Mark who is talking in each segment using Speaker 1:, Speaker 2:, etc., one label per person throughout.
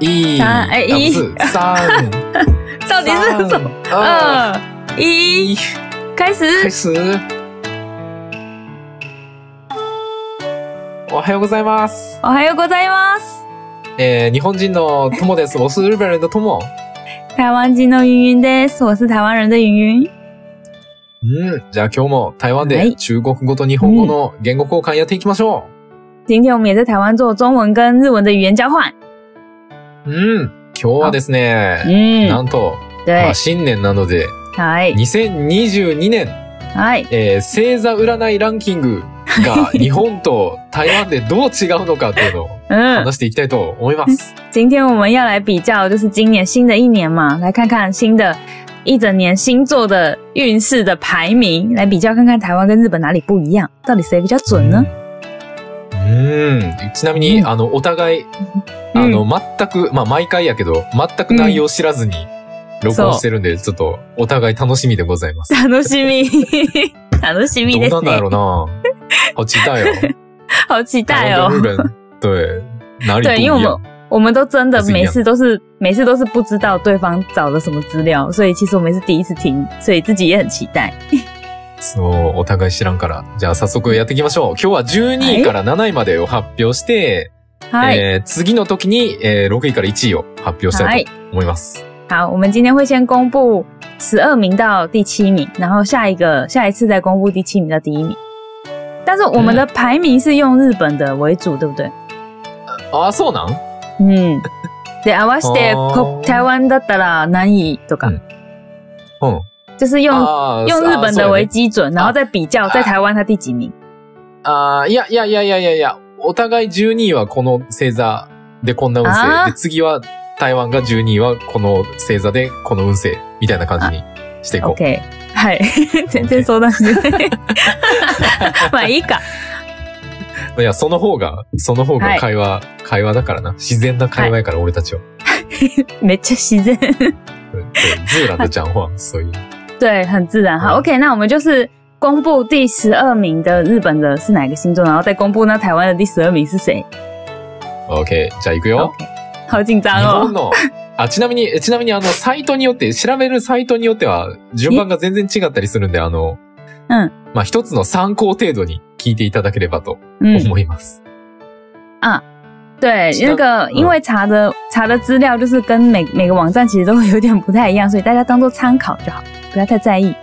Speaker 1: 一、
Speaker 2: 三
Speaker 1: 啊
Speaker 2: 哎一
Speaker 1: 不是三，
Speaker 2: 到底是什么？
Speaker 1: 三二
Speaker 2: 二一
Speaker 1: 一，
Speaker 2: 开
Speaker 1: 开
Speaker 2: 始。
Speaker 1: 始。おはようございます。
Speaker 2: おはようございます。
Speaker 1: えー、日本人の友です。我是日本人的友。
Speaker 2: 台湾人の云云です。我是台湾人的云云。
Speaker 1: うん。じゃあ今日も台湾
Speaker 2: は
Speaker 1: で
Speaker 2: い
Speaker 1: 中国語と日本語の言語交換やっていきましょ
Speaker 2: 今天我们也在台湾做中文跟日文的语言交换。
Speaker 1: う。うん。今日はですね、な
Speaker 2: 嗯，
Speaker 1: んと、ま
Speaker 2: 对哎
Speaker 1: あ、，新年なので、
Speaker 2: はい
Speaker 1: 2022年、
Speaker 2: はい。
Speaker 1: えー、星座占いランキングが日本と台湾でどう違うのかっていうのを
Speaker 2: 嗯，
Speaker 1: 話していきたいと思います。
Speaker 2: 今天我们要来比较，就是今年新的一年嘛，来看看新的一整年星座的运势的排名，来比较看看台湾跟日本哪里不一样，到底谁比较准
Speaker 1: 嗯
Speaker 2: 呢？
Speaker 1: うん。ちなみに、
Speaker 2: うん
Speaker 1: あの、お互い、あ
Speaker 2: 嗯
Speaker 1: の、全く、まあ、毎回やけど、全く内容知らずに録音してるんで、ちょっとお互い楽しみでございます。
Speaker 2: 楽しみ， 楽しみ
Speaker 1: どう
Speaker 2: です
Speaker 1: なんだろ
Speaker 2: ね。
Speaker 1: うな好期待 よ。
Speaker 2: 好期待
Speaker 1: 台湾
Speaker 2: 哦
Speaker 1: 跟！日本。对。哪里
Speaker 2: 对，
Speaker 1: 不一
Speaker 2: 因为我
Speaker 1: 样
Speaker 2: 们？我们都真的
Speaker 1: 不是一样
Speaker 2: 每次都是每次都是不知道对方找了什么资料，所以其实我们也是第一次听，所以自己也很期待。
Speaker 1: そう、お互い知らんから。じゃあ早速やっていきましょう。今日は12位から7位までを発表して、
Speaker 2: 嗨
Speaker 1: えー次の時に、えー6位から1位を発表したいと思います。
Speaker 2: 好，我们今天会先公布十二名到第七名，然后下一个下一次再公布第七名到第一名。但是我们的排名是用日本的为主，对不对？
Speaker 1: ああ、そうなん
Speaker 2: 嗯，对，合わせて
Speaker 1: 哦
Speaker 2: 台湾だったら難易とか
Speaker 1: 嗯，啊うん。
Speaker 2: 就是用
Speaker 1: あー
Speaker 2: 用日本的
Speaker 1: あーそう
Speaker 2: 为。
Speaker 1: やね
Speaker 2: 基准，然后再比较
Speaker 1: 啊
Speaker 2: 在台湾它第几名。
Speaker 1: あーいやいやいやいやいやいや、お互い12位はこの星座でこんな運
Speaker 2: あ
Speaker 1: 勢。
Speaker 2: ー
Speaker 1: で、次は台湾が12位はこの星座でこの運勢。みたいな感じにしていこう。
Speaker 2: OK，嗨，哦 全然相談しない。まあいいか。
Speaker 1: いや、その方が、その方
Speaker 2: は
Speaker 1: が
Speaker 2: い
Speaker 1: 会話、会話だからな。自然な会話やから、俺たちは。
Speaker 2: めっちゃ自然。
Speaker 1: うん对自然的讲话、そういう。
Speaker 2: 对，很自然。好、
Speaker 1: 嗯
Speaker 2: o k 那我们就是公布第十二名的日本的是哪个星座，然后再公布那台湾的第十二名是谁。
Speaker 1: OK。じゃあ行くよ。
Speaker 2: OK，好紧张
Speaker 1: 日本
Speaker 2: 哦。
Speaker 1: の、あ、ちなみに、えちなみにあの、サイトによって、調べるサイトによっては、順番が全然違ったりするんで、あの、
Speaker 2: うん。
Speaker 1: まあ、一つの参考程度に聞いていただければと
Speaker 2: 嗯，
Speaker 1: 思います。
Speaker 2: 对，
Speaker 1: 知道
Speaker 2: 那个因为查的、查的资料就是跟每每个网站其实都有点不太一样，所以大家当做参考就好，不要太在 意。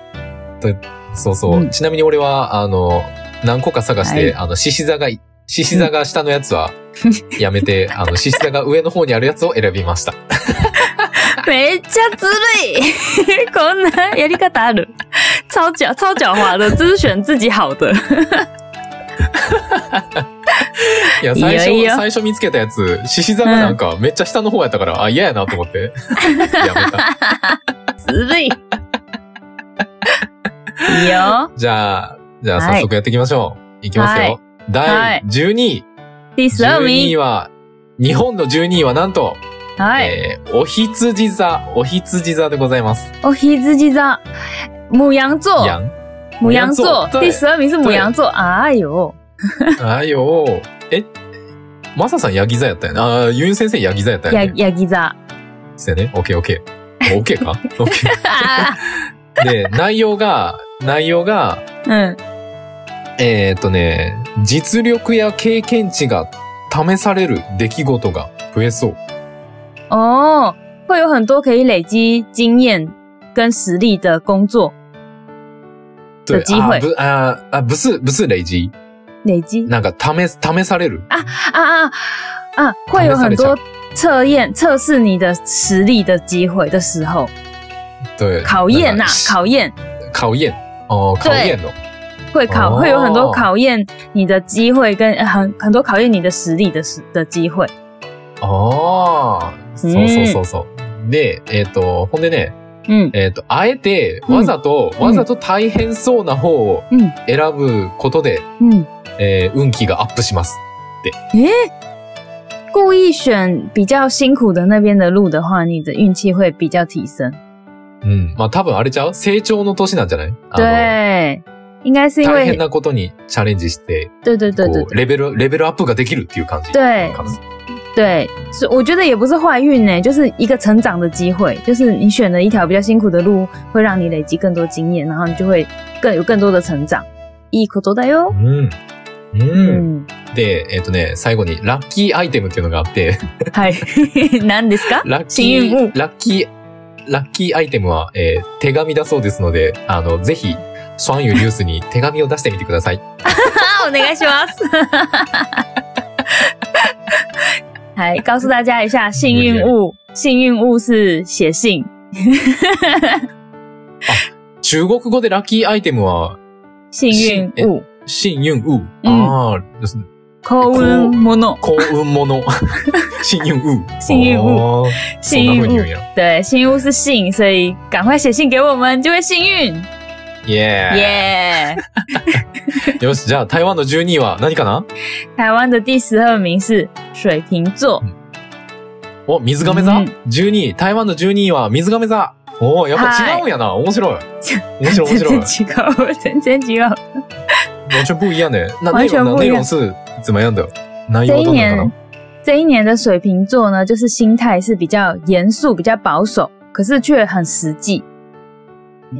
Speaker 1: そうそう。
Speaker 2: うん
Speaker 1: ちなみに俺は、あの、何個か探して、
Speaker 2: はい
Speaker 1: あの、獅子座が、獅子座が下のやつ は、やめて、あの、獅子座が上の方にあるやつを選びました。
Speaker 2: めっちゃず るいこんなやり方ある超狡超狡猾的，只选自己好的。
Speaker 1: いや、
Speaker 2: いいよ
Speaker 1: 最初、
Speaker 2: いいよ
Speaker 1: 最初見つけたやつ、獅子座がなんか、めっちゃ下の方やったから、あ、嫌やなと思 って、やめた。
Speaker 2: ずる い。いいよ。
Speaker 1: じゃあ、じゃあ
Speaker 2: はい
Speaker 1: 早速やっていきましょう。い、きますよ。
Speaker 2: はい
Speaker 1: 第12位。
Speaker 2: 第十二
Speaker 1: 12位
Speaker 2: 名，
Speaker 1: は、日本の12位はなんと、
Speaker 2: はい。
Speaker 1: えー、おひつじ座、おひつじ座でございます。
Speaker 2: おひずじ座，母羊座，
Speaker 1: やん。母
Speaker 2: 母羊座
Speaker 1: 羊座，对
Speaker 2: 第十二名是母羊座。哎呦，
Speaker 1: あよー。え、まささんヤギ座やったよね。あー、ユン先生ヤギ座やったよ
Speaker 2: ヤ
Speaker 1: ね。
Speaker 2: ヤギ 座。
Speaker 1: そうやね。オッケーオッケー。オッケーか オッケ
Speaker 2: あ
Speaker 1: ー。で、内容が、内容が、
Speaker 2: ーうん。
Speaker 1: えー、っとね、実力や経験値が試される出来事が増えそう。
Speaker 2: 哦，会有很多可以累积经验跟实力的工作
Speaker 1: 对
Speaker 2: 的机会
Speaker 1: あぶああ不是不是累积，
Speaker 2: 累积。
Speaker 1: なんか試す試される。
Speaker 2: 啊啊啊！会有很多测验、测试你的实力的机会的时候，
Speaker 1: 对，
Speaker 2: 考验
Speaker 1: な
Speaker 2: 呐、
Speaker 1: んかし
Speaker 2: 考验
Speaker 1: 考验哦，考验哦。
Speaker 2: 会考、
Speaker 1: 哦
Speaker 2: 会有很多考验你的机会跟，呃很很多考验你的实力的时的机会。
Speaker 1: ああ、そううんそうそうそう。で、えっ、と、ほんでね、
Speaker 2: 嗯
Speaker 1: えっ、と、あえて、わざと、
Speaker 2: うん
Speaker 1: わざと大変そうな方を
Speaker 2: 嗯
Speaker 1: 選ぶことで、
Speaker 2: 嗯，
Speaker 1: えー運気がアップします。
Speaker 2: 诶、故意选比较辛苦的那边的路的话，你的运气会比较提升。
Speaker 1: うん。まあ多分あれちゃう成長の年なんじゃないあの
Speaker 2: 对，应该是因
Speaker 1: 大
Speaker 2: 为
Speaker 1: 変なことにチャレンジして、
Speaker 2: 对对对对
Speaker 1: こう、レベル、レベルアップができるっていう感じ。
Speaker 2: 对
Speaker 1: かな
Speaker 2: 对，是我觉得也不是坏运呢，就是一个成长的机会，就是你选了一条比较辛苦的路，会让你累积更多经验，然后你就会更有更多的成长。いいことだよ。
Speaker 1: うん。う。
Speaker 2: うんん。
Speaker 1: で、えっ、とね、最後にラッキーアイテムっていうのがあって、
Speaker 2: はい。何ですか？
Speaker 1: ラッキ
Speaker 2: 幸運
Speaker 1: ー、ラッキー、ラッキーアイテムは、えー手紙だそうですので、あの、ぜひ、シャンユリュースに手紙を出してみてください。
Speaker 2: お願いします。来告诉大家一下，幸运物，幸运物是写信。
Speaker 1: 中国語でラッキーアイテムは、
Speaker 2: 幸运物，
Speaker 1: 幸運運。
Speaker 2: うん
Speaker 1: ああ、です
Speaker 2: 幸運物，
Speaker 1: 幸運 者。幸運運。
Speaker 2: 幸運運
Speaker 1: あー。そん
Speaker 2: 幸
Speaker 1: な風
Speaker 2: 运
Speaker 1: に
Speaker 2: 物
Speaker 1: 言うん。や。
Speaker 2: 对，幸运物是信，所以赶快写信给我们，就会幸运。
Speaker 1: イエーイ。
Speaker 2: 耶、
Speaker 1: よし、じゃあ台湾の12位は何かな
Speaker 2: 台湾的第十二名是水瓶座，
Speaker 1: お、水亀座、
Speaker 2: うん
Speaker 1: ?12 位。台湾の12位は水亀座。おーやっぱ違うんやな。面白い。面白い面白い。
Speaker 2: 全然違う， 全然違う。
Speaker 1: 完全不一样ね。な、
Speaker 2: 完
Speaker 1: 内
Speaker 2: 全
Speaker 1: 容
Speaker 2: 不
Speaker 1: な、
Speaker 2: 一
Speaker 1: 内
Speaker 2: 样
Speaker 1: 容是怎么样的内
Speaker 2: 这
Speaker 1: 容
Speaker 2: 一
Speaker 1: どんなんか
Speaker 2: 年
Speaker 1: な，
Speaker 2: 这一年的水瓶座呢，就是心态是比较严肃、比较保守，可是却很实际。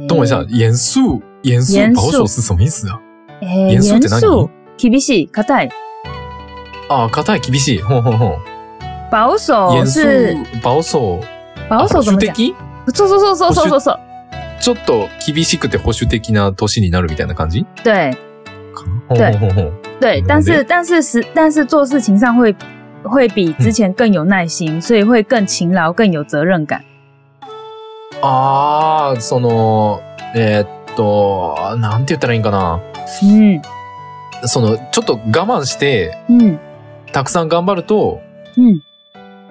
Speaker 1: 等我一下。严肃、严肃
Speaker 2: 严、肃
Speaker 1: 保守是什么意思啊
Speaker 2: 诶
Speaker 1: 严肃
Speaker 2: 严
Speaker 1: って何
Speaker 2: 肃、厳しい、硬い。
Speaker 1: あ、硬い、厳しい。 ほんほんほん。
Speaker 2: 保守
Speaker 1: 严肃啊
Speaker 2: 是、
Speaker 1: 保守、
Speaker 2: 保守怎
Speaker 1: 保守
Speaker 2: 么讲？
Speaker 1: 的
Speaker 2: そうそうそうそうそうそうそう。
Speaker 1: ちょっと厳しくて保守的な年になるみたいな感じ
Speaker 2: 对
Speaker 1: かなほん
Speaker 2: 对
Speaker 1: ほんほんほん。
Speaker 2: 对，
Speaker 1: 嗯
Speaker 2: 但
Speaker 1: 对
Speaker 2: 是但是实但是做事情上会会比
Speaker 1: 嗯
Speaker 2: 之前更有耐心，所以会更勤劳、更有责任感。
Speaker 1: あー、その、えーっと、なんて言ったらいいんかな。
Speaker 2: 嗯
Speaker 1: その、ちょっと我慢して、
Speaker 2: 嗯
Speaker 1: たくさん頑張ると、
Speaker 2: 嗯，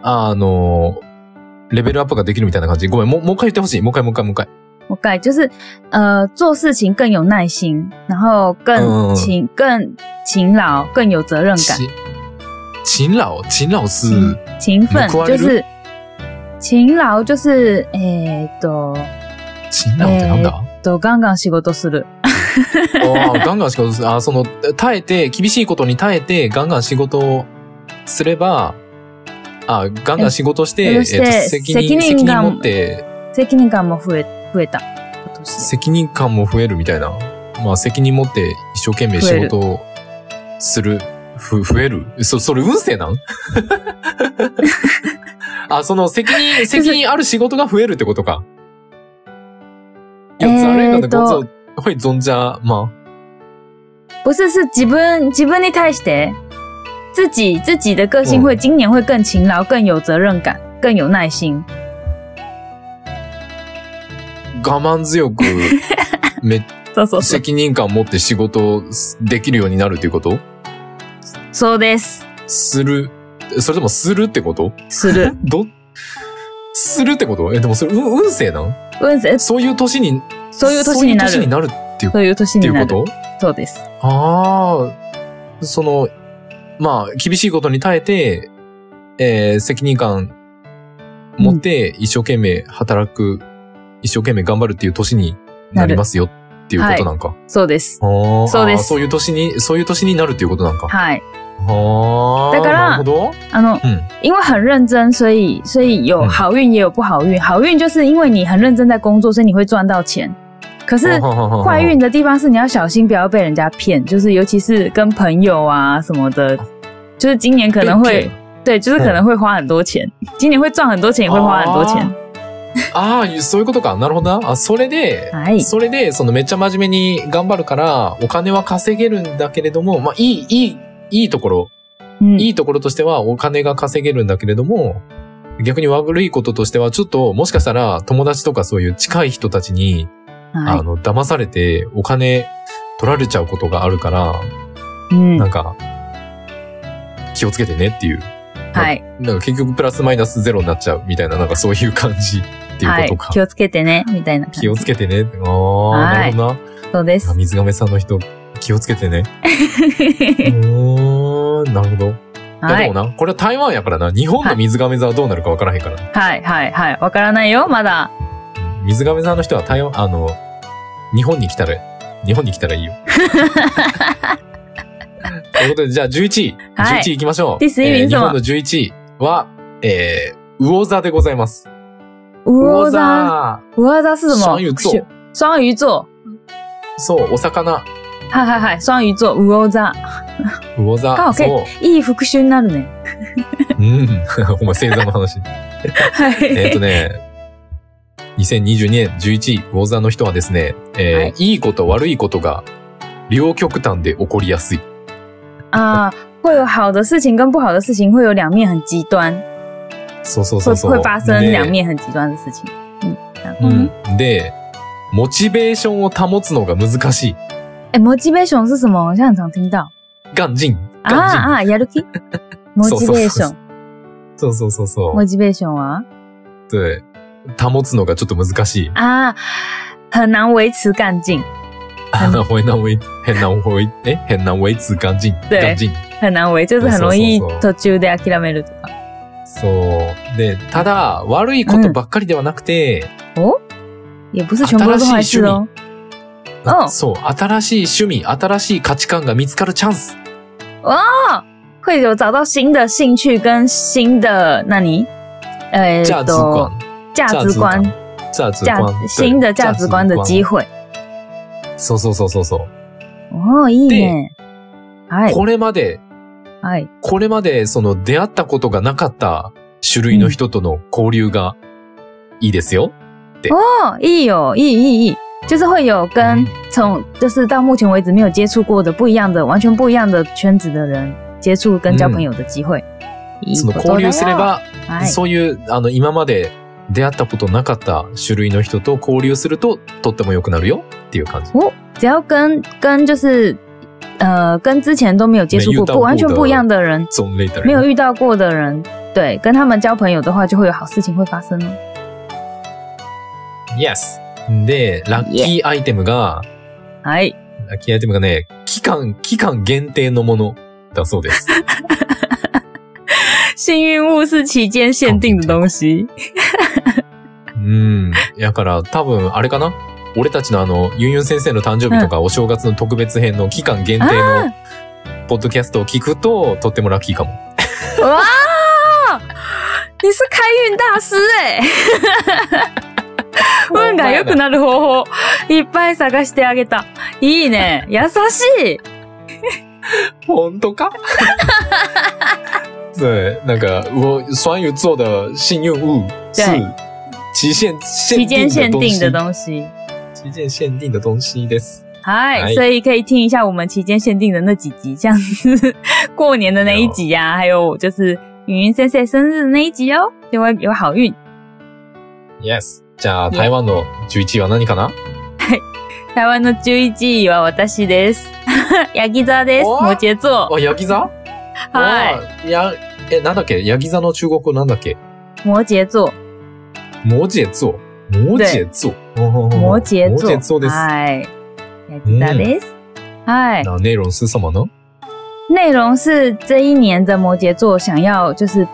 Speaker 1: あの、レベルアップができるみたいな感じ。ごめん、もうもう一回言ってほしい。もう一回、もう一回、もう一回。
Speaker 2: 我改就是呃，做事情更有耐心，然后更
Speaker 1: 嗯
Speaker 2: 勤、更勤劳、更有责任感。
Speaker 1: ち、勤劳、勤劳是、
Speaker 2: 嗯勤奋
Speaker 1: 報われ
Speaker 2: 就
Speaker 1: る
Speaker 2: 是勤劳，就是诶，都
Speaker 1: 勤劳ってなんだ、
Speaker 2: 都刚刚仕事する。
Speaker 1: あーガンガン仕事する。あーその、耐えて、厳しいことに耐えて、ガンガン仕事をすれば、あーガンガン仕事して、
Speaker 2: え
Speaker 1: えっと、
Speaker 2: そして
Speaker 1: 責任、責
Speaker 2: 責任
Speaker 1: 任
Speaker 2: が
Speaker 1: 持って、
Speaker 2: 責任感も増え増えた。
Speaker 1: 責任感も増えるみたいな。まあ責任持って一生懸命仕事をする。ふ、増えるそ、それ運勢 なん あ、その責任、責任ある仕事が増えるってことか。いや、あれがね、
Speaker 2: えーと
Speaker 1: ごぞ、ほい、存じゃ、ま
Speaker 2: 不是，是自分自分に対して自己自己的个性会、
Speaker 1: 嗯
Speaker 2: 今年会更勤劳、更有责任感、更有耐心。
Speaker 1: あ、我慢強 く、め、
Speaker 2: そうそうそう。
Speaker 1: 責任感持って仕事をできるようになるっていうこと
Speaker 2: そうです。
Speaker 1: する。それともするってこと
Speaker 2: する。
Speaker 1: ど、するってことえ、でもそれ、運運勢なん
Speaker 2: うんせ
Speaker 1: そういう年に、
Speaker 2: そういう年になる。
Speaker 1: そういう年になるっ
Speaker 2: そういう年
Speaker 1: てい
Speaker 2: に
Speaker 1: う
Speaker 2: な
Speaker 1: こ
Speaker 2: る。
Speaker 1: と
Speaker 2: そうです。
Speaker 1: ああ、その、まあ、厳しいことに耐えて、えー責任感持って、一生懸命働く、一生懸命頑張るっていう年になりますよっていうことなんか。
Speaker 2: そうです。
Speaker 1: あー
Speaker 2: そうです
Speaker 1: あーそういう年に、そういう年になるっていうことなんか。
Speaker 2: はい。
Speaker 1: ああ、
Speaker 2: だから
Speaker 1: なるほど。
Speaker 2: あ
Speaker 1: う
Speaker 2: の、
Speaker 1: ん
Speaker 2: 啊因为很认真，所以所以有
Speaker 1: 嗯
Speaker 2: 好运也有不好运。好运就是因为你很认真在工作，所以你会赚到钱。可
Speaker 1: 哦
Speaker 2: 是坏运的地方是你要小心，不要被人家骗，就是尤其是跟朋友啊什么的，就是今年可能会对，就是可能会花很多钱，今年会赚很多钱，也会花很多
Speaker 1: 哦
Speaker 2: 钱。
Speaker 1: あーあー、そういうことか。なるほどな。あ、それで、
Speaker 2: 哎，
Speaker 1: それで、そのめっちゃ真面目に頑張るから、お金は稼げるんだけれども、まあ、いい、いい、いいところ、
Speaker 2: 嗯，
Speaker 1: いいところとしてはお金が稼げるんだけれども、逆に悪いこととしては、ちょっと、もしかしたら友達とかそういう近い人たちに、
Speaker 2: 哎
Speaker 1: あ，の、騙されてお金取られちゃうことがあるから、
Speaker 2: 嗯
Speaker 1: な，んか、気をつけてねっていう。
Speaker 2: はい
Speaker 1: なんか結局プラスマイナスゼロになっちゃうみたいな、なんかそういう感じってい
Speaker 2: は
Speaker 1: う
Speaker 2: い
Speaker 1: ことか。
Speaker 2: 気をつけてねみたいな感じ。
Speaker 1: 気をつけてね。ああ、
Speaker 2: は
Speaker 1: ないるほどな。
Speaker 2: そうです
Speaker 1: あ。水亀さんの人、気をつけて ね。うーん、なるほど。い や
Speaker 2: は
Speaker 1: で
Speaker 2: い
Speaker 1: もな、これは台湾やからな、日本の水亀座はどうなるかわからへんからな。
Speaker 2: はいはいはい、わからないよまだ。
Speaker 1: 水亀座の人は台湾、あの、日本に来たら、日本に来たら いいよ。ということで、じゃあ11位。
Speaker 2: は
Speaker 1: 11
Speaker 2: い
Speaker 1: 位行きましょう。
Speaker 2: です
Speaker 1: えー
Speaker 2: いいぞ
Speaker 1: 日本の11位。は、えー、魚座でございます。
Speaker 2: 魚座，魚座是什么？
Speaker 1: 双鱼座
Speaker 2: 是，双鱼座，
Speaker 1: そう、お魚。
Speaker 2: 嗨嗨嗨，双鱼座，魚座，
Speaker 1: 魚座。
Speaker 2: あ OK
Speaker 1: そう。
Speaker 2: いい復習になるね。
Speaker 1: うん。 お前、星座の 話。
Speaker 2: は
Speaker 1: えっと
Speaker 2: い。
Speaker 1: ね、2022年11位、魚座の人はですね、えー
Speaker 2: はい
Speaker 1: い、いこと悪いことが両極端で起こりやすい。
Speaker 2: 啊，会有好的事情跟不好的事情，会有两面很极端，
Speaker 1: そうそうそ
Speaker 2: 会
Speaker 1: うそう。
Speaker 2: 会发生
Speaker 1: で
Speaker 2: 两面很极端的事情。嗯，然后
Speaker 1: う
Speaker 2: 呢？
Speaker 1: ん。で、モチベーションを保つのが難しい。
Speaker 2: 哎，motivation 是什么？我现在很常听到
Speaker 1: ガンジン。
Speaker 2: 啊
Speaker 1: ガンジン。
Speaker 2: 啊，や る気
Speaker 1: そうそうそう
Speaker 2: ，motivation，motivation
Speaker 1: そうそうそうそう。
Speaker 2: 啊
Speaker 1: 对。保つのがちょっと難しい。
Speaker 2: 啊，很难维持干劲，
Speaker 1: 変なほいなほい、変なほい、え変なほいつガンジン。
Speaker 2: 对
Speaker 1: ガンジン。
Speaker 2: 很难维，就是很容易
Speaker 1: そうそうそう
Speaker 2: 途中で諦めるとか。
Speaker 1: そう。で、ただ、悪いことばっかりではなくて、
Speaker 2: 哦，也
Speaker 1: 啊
Speaker 2: 不是全部都是坏事哦。うん
Speaker 1: そう、新しい趣味、新しい価値観が見つかるチャンス。
Speaker 2: 会有找到新的兴趣跟新的那你，呃，
Speaker 1: 价值
Speaker 2: 都
Speaker 1: 观、
Speaker 2: 价值观、
Speaker 1: 价值
Speaker 2: 价
Speaker 1: 观、对
Speaker 2: 新的价值观的机会。
Speaker 1: そうそうそうそうそう。
Speaker 2: 哦，いいね。はい
Speaker 1: これまで、
Speaker 2: はい。
Speaker 1: これまでその出会ったことがなかった種類の人との交流がいいですよ。
Speaker 2: 哦，いいよ，いいいいいい，就是会有跟
Speaker 1: 嗯
Speaker 2: 从就是到目前为止没有接触过的不一样的、完全不一样的圈子的人接触跟交朋友的机会。
Speaker 1: 嗯
Speaker 2: いい
Speaker 1: その
Speaker 2: こと
Speaker 1: 交
Speaker 2: だよ
Speaker 1: 流すれば、
Speaker 2: はい
Speaker 1: そういう、あの、今まで出会ったことなかった種類の人と交流するととっても良くなるよっていう感じ。
Speaker 2: 哦，只要跟跟就是呃跟之前都没有接触
Speaker 1: 没遇
Speaker 2: 过、
Speaker 1: 到
Speaker 2: 不完
Speaker 1: 过
Speaker 2: 全
Speaker 1: 的
Speaker 2: 不一样的人，
Speaker 1: ゾーンレイタ
Speaker 2: 没有
Speaker 1: ル。
Speaker 2: 遇到过的人，对，跟他们交朋友的话，就会有好事情会发生哦。
Speaker 1: Yes! で、ラッキーアイテムが、
Speaker 2: 哎，
Speaker 1: ラッキーアイテムがね、期間、期間限定のものだそうです。
Speaker 2: 幸运物是期间限定的东西。
Speaker 1: うん。だから多分、あれかな俺たちのあの、ユンユン先生の誕生日とかお正月の特別編の期間限定のポッドキャストを聞くと、とってもラッキーかも。
Speaker 2: 哇，你是开运大师欸哎、 運が良くなる方法いっぱい探してあげた。いいね。優しい。
Speaker 1: 本当 か对，那个我双鱼座的幸运物是
Speaker 2: 对
Speaker 1: 期限限
Speaker 2: 期间限定的
Speaker 1: 东
Speaker 2: 东西。
Speaker 1: 西，期限限定的东西です。
Speaker 2: 嗨
Speaker 1: 哎，
Speaker 2: 所以可以听一下我们期间限定的那几集，像是过年的那一集呀、还有就是云云先生生日的那一集哦，就会有好运。
Speaker 1: Yes。じゃあ台湾の11位は何かな？
Speaker 2: 台湾の11位は私です。 ヤギ座です。
Speaker 1: お
Speaker 2: 摩羯座。
Speaker 1: あ、ヤギ座？。
Speaker 2: はい
Speaker 1: や、え、なんだっけヤギ座の中国語なんだっけ
Speaker 2: 摩羯座。
Speaker 1: 摩羯座。摩羯座。摩
Speaker 2: 摩羯座。
Speaker 1: 摩羯座です。
Speaker 2: はい。ヤギ座です。はい。
Speaker 1: 那内容是什么呢？
Speaker 2: 内容是这一年的摩羯座想要就是，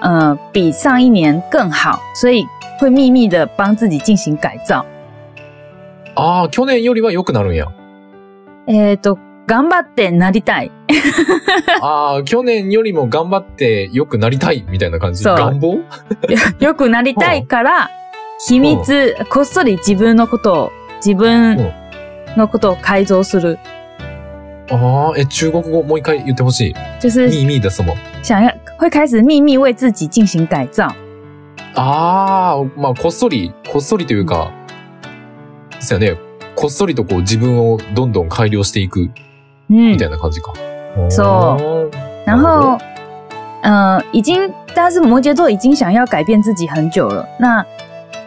Speaker 2: 呃，比上一年更好，所以会秘密的帮自己进行改造。
Speaker 1: ああ、去年よりは良くなるん や。
Speaker 2: えっ、と、頑張ってなりたい。
Speaker 1: ああ、去年よりも頑張って良くなりたいみたいな感じ。
Speaker 2: そう
Speaker 1: 願望
Speaker 2: よくなりたいから、秘密、こっそり自分のことを、自分のことを改造する。
Speaker 1: ああ、え、中国語もう一回言ってほしい。
Speaker 2: 就是
Speaker 1: 秘密的什么
Speaker 2: 想要会开始秘密为自己进行改造。
Speaker 1: ああ、まあ、こっそり、こっそりというか、ですよね。こっそりとこう自分をどんどん改良していく
Speaker 2: 嗯
Speaker 1: みた，いな感じか。。
Speaker 2: そう然后，呃，已经，但是摩羯座已经想要改变自己很久了。那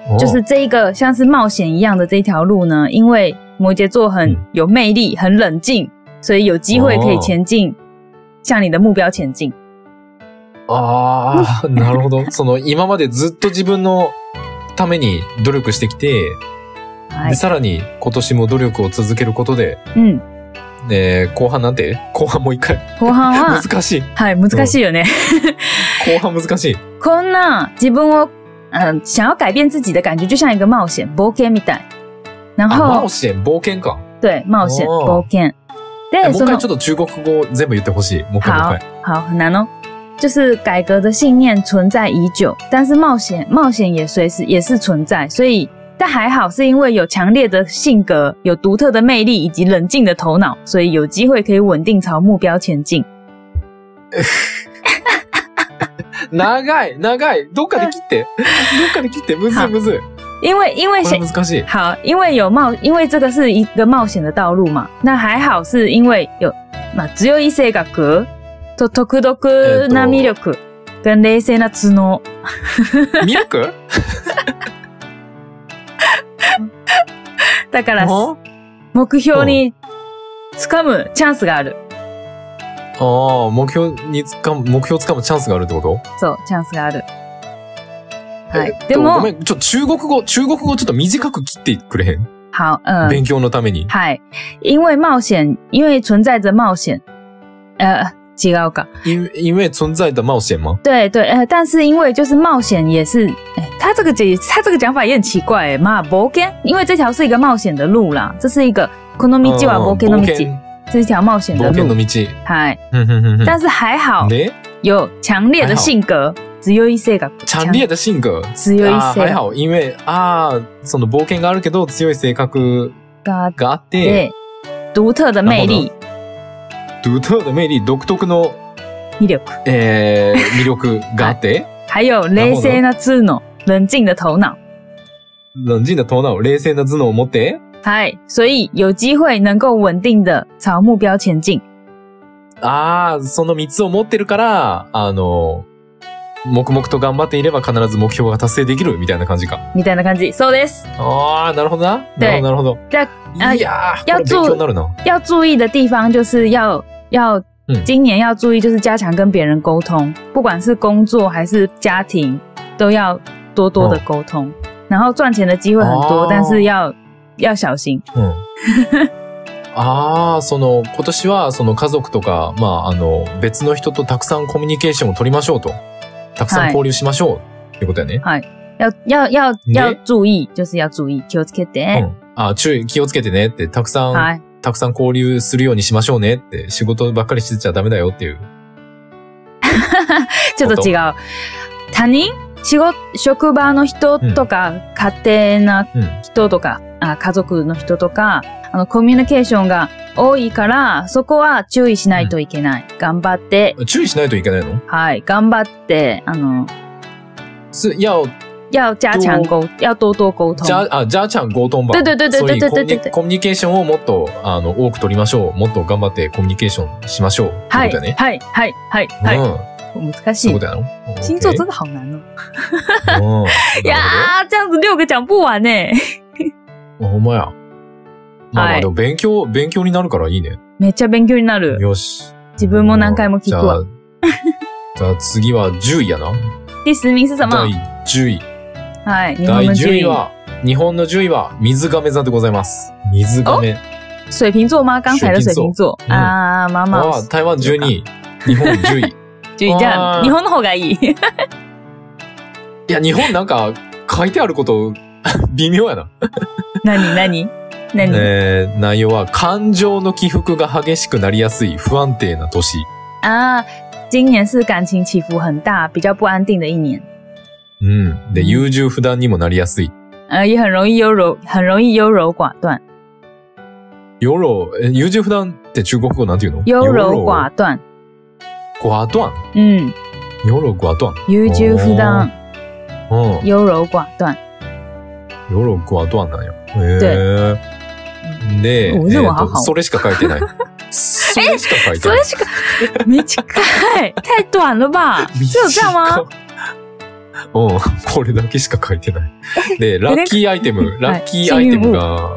Speaker 1: 哦
Speaker 2: 就是这一个像是冒险一样的这一条路呢，因为摩羯座很
Speaker 1: 嗯
Speaker 2: 有魅力，很冷静，所以有机会可以
Speaker 1: 哦
Speaker 2: 前进，向你的目标前进。
Speaker 1: ああ、なるほ ど。その、今までずっと自分のために努力してきて、
Speaker 2: 哎
Speaker 1: で、さらに今年も努力を続けることで、
Speaker 2: 嗯，
Speaker 1: えー後半なんて後半もう一回。
Speaker 2: 後 半は、
Speaker 1: 難しい。
Speaker 2: はい、難しいよね。
Speaker 1: 哦後半難しい。
Speaker 2: こんな自分を、嗯，想要改变自己的感觉，就像一个冒险，冒険みたい。然
Speaker 1: あ、
Speaker 2: 后
Speaker 1: 啊冒险、冒険か。
Speaker 2: 对，冒险，
Speaker 1: 哦
Speaker 2: 冒険。
Speaker 1: えも
Speaker 2: で、
Speaker 1: う一
Speaker 2: そ
Speaker 1: 回
Speaker 2: の
Speaker 1: ちょっと中国語全部言ってほしい。もう一回もう一回。
Speaker 2: 好很难哦。就是改革的信念存在已久，但是冒险冒险也随时也是存在，所以但还好是因为有强烈的性格、有独特的魅力以及冷静的头脑，所以有机会可以稳定朝目标前进。
Speaker 1: 長い長いどっかで切 ってどっかで切ってむずいむずい
Speaker 2: 因为因为
Speaker 1: これ
Speaker 2: 想
Speaker 1: 難しい。
Speaker 2: 好，因为有冒，因为这个是一个冒险的道路嘛。那还好是因为有まあ強い性格と独特な魅力跟冷静な頭脳。
Speaker 1: ミルク
Speaker 2: だから
Speaker 1: あ
Speaker 2: 目標に掴むチャンスがある。
Speaker 1: あー、目標につかむ、目標つかむチャンスがあるってこと
Speaker 2: そう、チャンスがある。は
Speaker 1: え
Speaker 2: い
Speaker 1: っ。と
Speaker 2: で
Speaker 1: ご
Speaker 2: も
Speaker 1: め、ん、ちょ、中国語、中国語ちょっと短く切ってくれへん、
Speaker 2: 好，嗯，
Speaker 1: 勉強のために。
Speaker 2: 嗨，因为冒险，因为存在着冒险，呃，違うか。
Speaker 1: 因因为存在的冒险吗？
Speaker 2: 对对，呃，但是因为就是冒险也是，哎、他这个解他这个讲法也很奇怪哎、嘛冒険，因为这条是一个冒险的路啦，这是一
Speaker 1: 哦
Speaker 2: 个この道は冒険の道，这是一条冒险的
Speaker 1: 冒険
Speaker 2: 路
Speaker 1: の。道。
Speaker 2: 嗨，
Speaker 1: ふんふんふんふん
Speaker 2: 但是还好
Speaker 1: で、
Speaker 2: 有强烈的性格，強い性格，
Speaker 1: 強烈的性格。
Speaker 2: 強い
Speaker 1: あー
Speaker 2: 性
Speaker 1: 还好，因为あーその冒険があるけど強い性格
Speaker 2: 格
Speaker 1: があって、
Speaker 2: で独特的魅力
Speaker 1: 独特的魅力、独特の、
Speaker 2: 魅力，
Speaker 1: えー魅力があ って、
Speaker 2: 还有冷静な頭脑，冷静的头脑。
Speaker 1: 冷静な頭脑、冷静な頭脳を持って、
Speaker 2: 嗨，所以有机会能够稳定的朝目标前进。
Speaker 1: ああ、その3つを持ってるから、あの、黙々と頑張っていれば必ず目標が達成できるみたいな感じか。
Speaker 2: みたいな感じ。そうです。
Speaker 1: ああ、なるほどな。な
Speaker 2: 对
Speaker 1: るほど、
Speaker 2: じゃ
Speaker 1: なるほ
Speaker 2: あ
Speaker 1: ど。いやー、これ
Speaker 2: 要
Speaker 1: 勉
Speaker 2: 做
Speaker 1: 強になるな。
Speaker 2: 要注意的地方就是要要
Speaker 1: 嗯，
Speaker 2: 今年要注意就是加强跟别人沟通，不管是工作还是家庭，都要多多的沟通。然后赚钱的机会很多，
Speaker 1: 哦
Speaker 2: 但是要要小心。
Speaker 1: うん。ああ、その、今年は、その家族とか、まあ、あの、別の人とたくさんコミュニケーションを取りましょうと。たくさん交流しましょう。ってことやね。
Speaker 2: 要要要
Speaker 1: ね
Speaker 2: 要注意，就是要注意。気をつけ
Speaker 1: う
Speaker 2: て。
Speaker 1: ん。あー注意、気をつけてねって、たくさん、
Speaker 2: はい。
Speaker 1: たくさん交流するようにしましょうねって、仕事ばっかりしてちゃダメだよっていう。
Speaker 2: ちょっと違う。他人仕事、職場の人とか、家庭な
Speaker 1: うん。
Speaker 2: 人とか、あ家族の人とか、あの、コミュニケーションが多いから、そこは注意しないといけない。頑張って、
Speaker 1: 注意しないといけないの
Speaker 2: はい、頑張って、あの、
Speaker 1: 是要
Speaker 2: 要加強沟、要多多沟通。
Speaker 1: じゃあ、じゃあちゃん合同版。
Speaker 2: 对对对对
Speaker 1: そういうコミュ
Speaker 2: 对对对
Speaker 1: ニ
Speaker 2: 对
Speaker 1: コミュニケーションをもっと、あの、多く取りましょう。もっと頑張ってコミュニケーションしましょう。って
Speaker 2: は
Speaker 1: こ
Speaker 2: い、
Speaker 1: と
Speaker 2: は
Speaker 1: や
Speaker 2: い、
Speaker 1: ね。
Speaker 2: はい、はい、は
Speaker 1: う
Speaker 2: い。
Speaker 1: ん。
Speaker 2: 難し
Speaker 1: そうい
Speaker 2: いう
Speaker 1: こ。とやろ
Speaker 2: 星座
Speaker 1: オッケー
Speaker 2: 真的好难
Speaker 1: うん。
Speaker 2: 哦。いやー、这样子六个讲不完呢。
Speaker 1: なるほどほんまや。まあま
Speaker 2: は
Speaker 1: あ
Speaker 2: い
Speaker 1: でも勉強、勉強になるからいいね。
Speaker 2: めっちゃ勉強になる。
Speaker 1: よし。
Speaker 2: 自分も何回も聞くわ。
Speaker 1: じゃあ、じゃあ次は10位やな。
Speaker 2: 第十名是什么
Speaker 1: 第？10位。
Speaker 2: はい、日本
Speaker 1: 第
Speaker 2: の
Speaker 1: 10
Speaker 2: 10
Speaker 1: 位
Speaker 2: 位。
Speaker 1: は、日本の10位は、水亀座でございます。水亀。
Speaker 2: 水瓶座嗯吗？刚才的水瓶座。
Speaker 1: 水瓶座
Speaker 2: あー、まあまあ
Speaker 1: あ。台湾12位。日本10位。
Speaker 2: 就这
Speaker 1: あ
Speaker 2: 样。
Speaker 1: ー
Speaker 2: 日本の方が いい。
Speaker 1: いや、日本なんか、書いてあること、 微妙やな。
Speaker 2: 何何何、
Speaker 1: えー、内容は、感情の起伏が激しくなりやすい不安定な年。
Speaker 2: 啊？今年是感情起伏很大、比较不安定的一年，
Speaker 1: うん。で、優柔不断にもなりやすい。
Speaker 2: 呃，也很容易优柔，很容易优柔寡断，
Speaker 1: ヨロ、え優柔不断って中国語なんて言うの
Speaker 2: 优柔寡断。
Speaker 1: 寡断。
Speaker 2: 嗯，
Speaker 1: ヨロ寡断。
Speaker 2: 優柔不断，
Speaker 1: うん。
Speaker 2: 优柔寡断。
Speaker 1: ヨロ寡断なんや。へえ。で、
Speaker 2: お
Speaker 1: え
Speaker 2: でも
Speaker 1: ーと
Speaker 2: はは
Speaker 1: それしか書いて ない。それしか書いて
Speaker 2: 所
Speaker 1: ない
Speaker 2: 以。这个 没几个，太短了 吧？只有这 样 吗？
Speaker 1: うん、これだけしか書いて ない。で、ラッキーアイテム、
Speaker 2: い
Speaker 1: ラッキーアイテムが、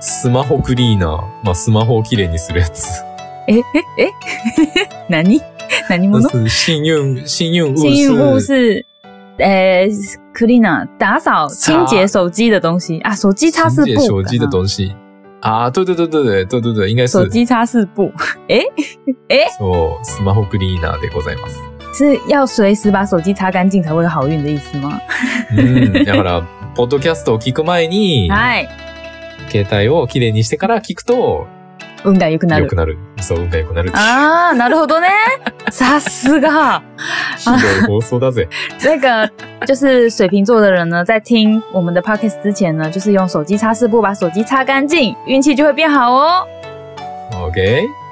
Speaker 1: スマホクリーナー。まあ、スマホをきれいにするやつ。
Speaker 2: 哎哎哎，哪里哪里么呢？
Speaker 1: 幸運、幸運物
Speaker 2: 幸运物
Speaker 1: 数。
Speaker 2: 是，呃，cleaner 打扫清洁手机的东西啊，手机擦拭
Speaker 1: 清洁
Speaker 2: 布
Speaker 1: 手机的
Speaker 2: 啊
Speaker 1: 东西。啊，对对对对对对对对，应该是
Speaker 2: 手机擦拭布，哎、
Speaker 1: そう、スマホクリーナーでござい ます。
Speaker 2: 是要随时把手机擦干净才会有好运的意思吗？
Speaker 1: うん、だから、ポ嗯ッドキャストを聞く前に、
Speaker 2: 哎，
Speaker 1: 携帯をきれいにしてから聞くと、
Speaker 2: 運が良くな
Speaker 1: 良
Speaker 2: る
Speaker 1: く。なる。そう、運が良くなる。
Speaker 2: あー、なるほ どね。さすが。
Speaker 1: ひどい放送だぜ。
Speaker 2: 那个就是水瓶座的人呢，在听我们的 podcast 之前呢，就是用手机擦拭布把手机擦干净，运气就会变好哦。
Speaker 1: OK。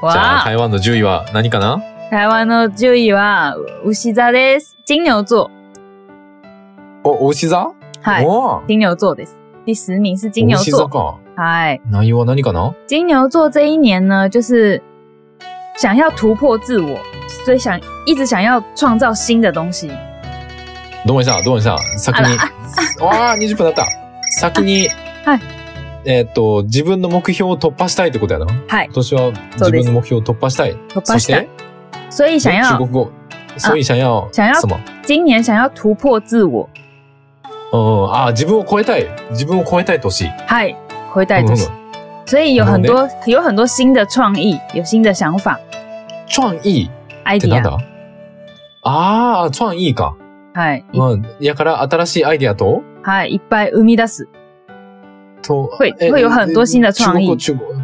Speaker 1: じゃあ、
Speaker 2: 哇，
Speaker 1: 台湾の10位は何かな
Speaker 2: 台湾呢就啊以哇乌西扎的金牛座，
Speaker 1: お、お牛座
Speaker 2: 嗨，
Speaker 1: おー
Speaker 2: 金牛座的，第十名是金牛
Speaker 1: お牛座
Speaker 2: 座，
Speaker 1: か。
Speaker 2: 嗨，
Speaker 1: 内容は何かな
Speaker 2: 金牛座这一年呢，就是想要突破自我，所以想一直想要创造新的东西。
Speaker 1: どうもしたどうもした先に。わあ、20分だった。先に、
Speaker 2: はい
Speaker 1: えーっと、自分の目標を突破したいってことやな。今
Speaker 2: 嗨，
Speaker 1: 年は自分の目標を突破したい。
Speaker 2: 突破
Speaker 1: そし
Speaker 2: した
Speaker 1: て
Speaker 2: い、所以想
Speaker 1: え中
Speaker 2: 要
Speaker 1: 国語。所以想要、
Speaker 2: 想要
Speaker 1: 什么
Speaker 2: 今年想要突破自我，
Speaker 1: うん、あー、自分を超えたい。自分を超えたい年。
Speaker 2: 嗨，回带就是。
Speaker 1: うん
Speaker 2: 所以有很多有很多新的创意，有新的想法
Speaker 1: 创意ってなん
Speaker 2: idea，
Speaker 1: だああ、创意か。
Speaker 2: 嗨
Speaker 1: うん。やから、新しいアイディアと
Speaker 2: 嗨，いっぱい生み出す，
Speaker 1: と、
Speaker 2: 会
Speaker 1: え
Speaker 2: 会有很多新的创意
Speaker 1: 中国語、中国語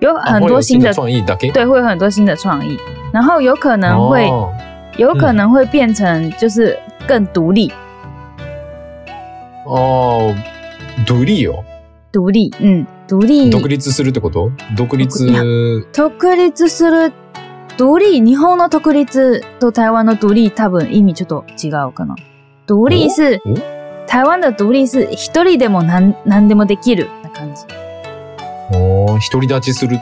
Speaker 2: 有
Speaker 1: あ
Speaker 2: 很多新的
Speaker 1: 哦会有创意だけ
Speaker 2: 对，会有很多新的创意，然后有可能会
Speaker 1: 哦
Speaker 2: 有可能会变成就是更独立，
Speaker 1: ああ、独立よ。
Speaker 2: 独立，嗯，独立，
Speaker 1: 独立するってこと独立。
Speaker 2: いや独立する。独立、日本の独立と台湾の独立多分意味ちょっと違うかな。独立是
Speaker 1: おお、
Speaker 2: 台湾的独立是一人でもなん何でもできるな感じ。
Speaker 1: おー独り立ちする。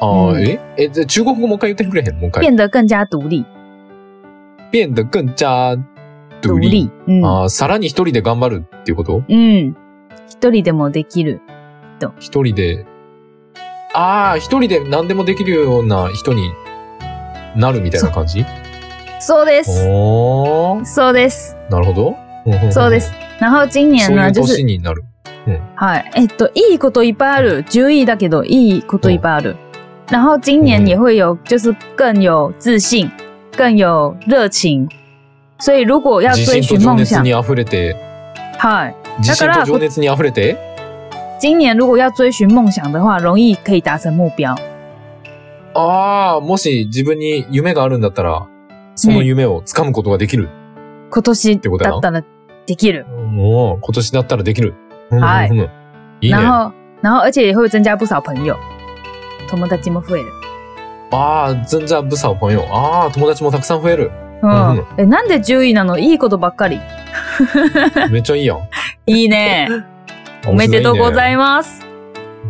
Speaker 1: ああ、
Speaker 2: うん
Speaker 1: ええ、じゃあ中国語もう一回言ってくれへんもう一回。
Speaker 2: 变得更加独立。
Speaker 1: 变得更加独
Speaker 2: 独
Speaker 1: 立。
Speaker 2: 立。うん。
Speaker 1: ああ、さらに一人で頑張るっていうこと
Speaker 2: うん。一人でもできる。
Speaker 1: 一人で。ああ、一人で何でもできるような人になるみたいな感じ
Speaker 2: そうです。
Speaker 1: おー
Speaker 2: そうです。
Speaker 1: なるほど。
Speaker 2: そうです。。然后
Speaker 1: そ
Speaker 2: 今年
Speaker 1: うい
Speaker 2: 呢、
Speaker 1: う
Speaker 2: 就是
Speaker 1: 年、になる。
Speaker 2: はい。えっと、いいこといっぱいある。10位だけど、いいこといっぱいある。然后今年也会有，就是更有自信，更有热情。所以如果要
Speaker 1: 自
Speaker 2: 追
Speaker 1: 信と
Speaker 2: 寻
Speaker 1: 情
Speaker 2: 夢
Speaker 1: 熱
Speaker 2: 想
Speaker 1: に，溢れて、
Speaker 2: 嗨，
Speaker 1: 自信と情熱に溢れて、
Speaker 2: 今年如果要追寻梦想的话，容易可以达成目标。
Speaker 1: ああ、もし自分に夢があるんだったら、その夢を掴むことができる。
Speaker 2: 今年
Speaker 1: てことや
Speaker 2: だ
Speaker 1: な
Speaker 2: ったらできる。
Speaker 1: おー今年だったらできる。
Speaker 2: はい
Speaker 1: うんうんうんいいね。
Speaker 2: 然
Speaker 1: あ
Speaker 2: 后，然后而且也会增加不少朋友。友達も増える。
Speaker 1: あー、全然ブサオポンよ。ああ、友達もたくさん増 える。
Speaker 2: う
Speaker 1: なる
Speaker 2: ん。え、なんで10位なのいいことばっかり。
Speaker 1: めっちゃいいやん。
Speaker 2: いいね。おめでとうございます。